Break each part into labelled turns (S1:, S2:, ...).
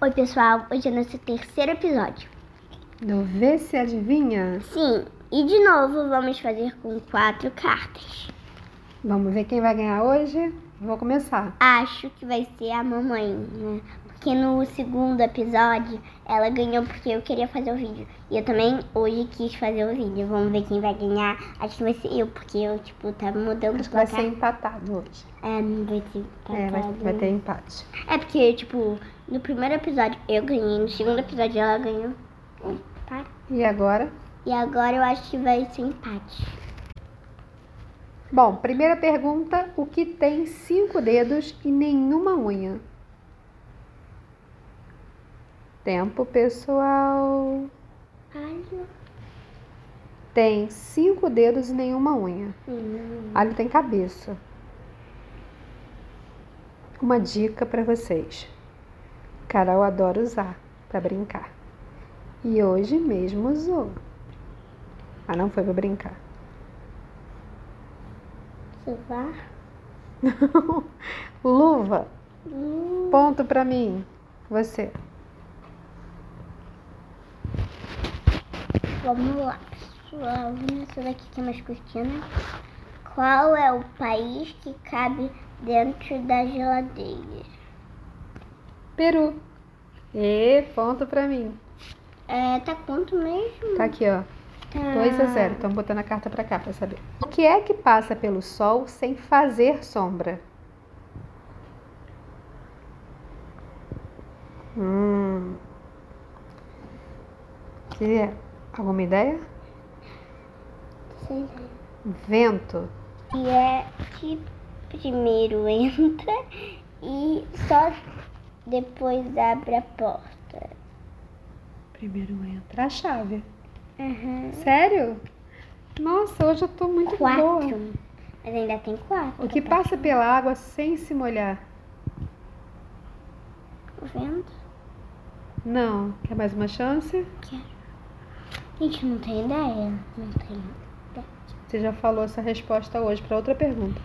S1: Oi, pessoal. Hoje é nosso terceiro episódio.
S2: Do Vê se adivinha?
S1: Sim, e de novo vamos fazer com quatro cartas.
S2: Vamos ver quem vai ganhar hoje? Vou começar.
S1: Acho que vai ser a mamãe, né? Porque no segundo episódio ela ganhou porque eu queria fazer o vídeo. E eu também hoje quis fazer o vídeo. Vamos ver quem vai ganhar. Acho que vai ser eu, porque eu, tipo, tá mudando
S2: Acho
S1: o
S2: que vai
S1: placar.
S2: ser empatado hoje.
S1: É, não vai ser
S2: É, vai,
S1: empatado.
S2: vai ter empate.
S1: É porque, tipo, no primeiro episódio eu ganhei, no segundo episódio ela ganhou. Empate.
S2: E agora?
S1: E agora eu acho que vai ser empate.
S2: Bom, primeira pergunta: o que tem cinco dedos e nenhuma unha? Tempo, pessoal.
S1: Alho.
S2: Tem cinco dedos e nenhuma unha. Alho tem cabeça. Uma dica para vocês. Carol adora usar para brincar. E hoje mesmo usou. Ah, não foi para brincar.
S1: Suvar.
S2: Luva,
S1: Hum.
S2: ponto para mim. Você.
S1: Vamos lá, pessoal. Nessa daqui que é mais curtinha. né? Qual é o país que cabe dentro da geladeira?
S2: Peru. E ponto para mim.
S1: É, tá quanto mesmo?
S2: Tá aqui, ó.
S1: Tá.
S2: 2 a 0. Estão botando a carta pra cá pra saber. O que é que passa pelo sol sem fazer sombra? Hum. Que é? Alguma ideia?
S1: Sei lá.
S2: Vento.
S1: E é que primeiro entra e só depois abre a porta.
S2: Primeiro entra a chave.
S1: Aham.
S2: Sério? Nossa, hoje eu tô muito boa.
S1: Quatro. Mas ainda tem quatro.
S2: O que
S1: tá?
S2: passa pela água sem se molhar?
S1: Tá vendo?
S2: Não. Quer mais uma chance?
S1: Gente, não tem ideia. Não tem.
S2: Você já falou essa resposta hoje pra outra pergunta.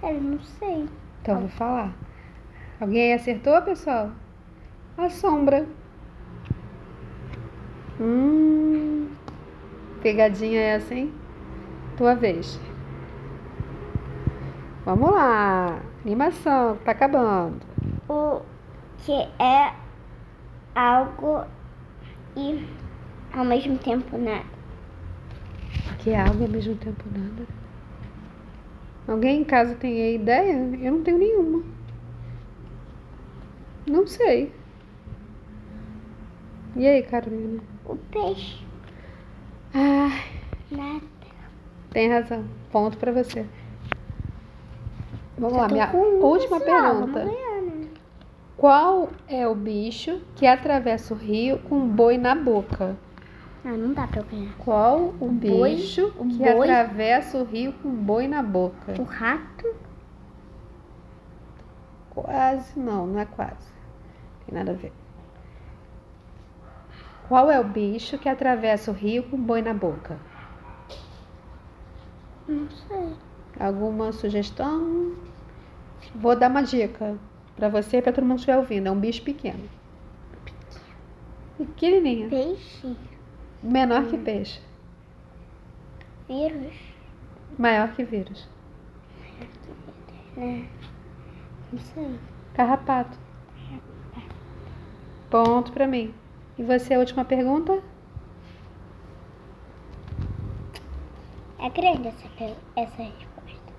S1: Sério, não sei.
S2: Então vou falar. Alguém aí acertou, pessoal? A sombra. Hum. Pegadinha essa, hein? Tua vez. Vamos lá. Animação, tá acabando.
S1: O que é algo e ao mesmo tempo né? nada.
S2: Que é algo e ao mesmo tempo nada. Alguém em casa tem aí ideia? Eu não tenho nenhuma. Não sei. E aí, Carolina?
S1: O peixe, né?
S2: Ah,
S1: nada.
S2: Tem razão. Ponto pra você. Vamos lá,
S1: Tô
S2: minha
S1: com um,
S2: última
S1: pessoal, vamos
S2: pergunta.
S1: ganhar, né?
S2: Qual é o bicho que atravessa o rio com um boi na boca?
S1: Ah, não dá pra eu ganhar.
S2: Qual o
S1: boi?
S2: bicho
S1: O
S2: que
S1: boi?
S2: atravessa o rio com um boi na boca?
S1: O rato,
S2: Quase não, não é quase. Tem nada a ver. Qual é o bicho que atravessa o rio com um boi na boca?
S1: não sei.
S2: Alguma sugestão? Vou dar uma dica pra você e pra todo mundo que estiver ouvindo. É um bicho pequeno. Pequenininho.
S1: Peixe,
S2: Menor que peixe.
S1: vírus,
S2: Maior que vírus.
S1: né? Não sei.
S2: Carrapato. Ponto pra mim. E você, a última pergunta?
S1: É grande essa, per- essa resposta.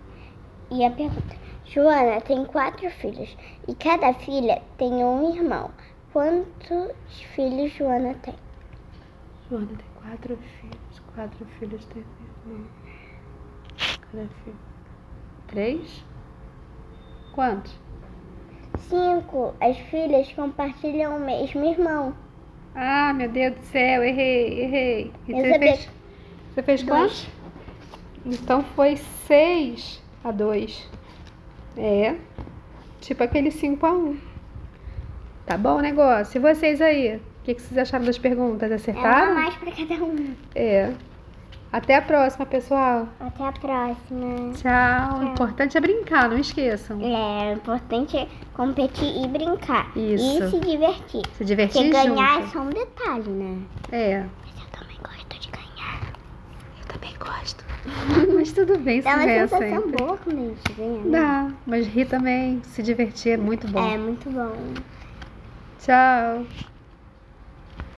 S1: E a pergunta: Joana tem quatro filhos e cada filha tem um irmão. Quantos filhos Joana tem?
S2: Joana tem quatro filhos. Quatro filhos tem irmão. Cada filho. Três? Quantos?
S1: Cinco. As filhas compartilham o mesmo irmão.
S2: Ah, meu Deus do céu, errei, errei. E
S1: Eu
S2: você
S1: sabia
S2: fez, você fez
S1: Dois.
S2: quantos? Então foi 6 a 2. É. Tipo aquele 5 a 1. Tá bom o negócio. E vocês aí? O que, que vocês acharam das perguntas?
S1: É uma a
S2: Acertaram?
S1: mais pra cada um.
S2: É. Até a próxima, pessoal.
S1: Até a próxima.
S2: Tchau. O importante é brincar, não esqueçam.
S1: É, o importante é competir e brincar.
S2: Isso.
S1: E se divertir.
S2: Se
S1: Porque
S2: divertir
S1: ganhar é
S2: junto.
S1: só um detalhe, né?
S2: É.
S1: Mas eu também gosto de ganhar. Eu também gosto.
S2: Mas tudo bem se
S1: Dá uma
S2: ganhar
S1: sensação
S2: é sempre.
S1: boa quando a gente ganha, né?
S2: Dá, é mas rir também, se divertir é muito bom.
S1: É muito bom.
S2: Tchau.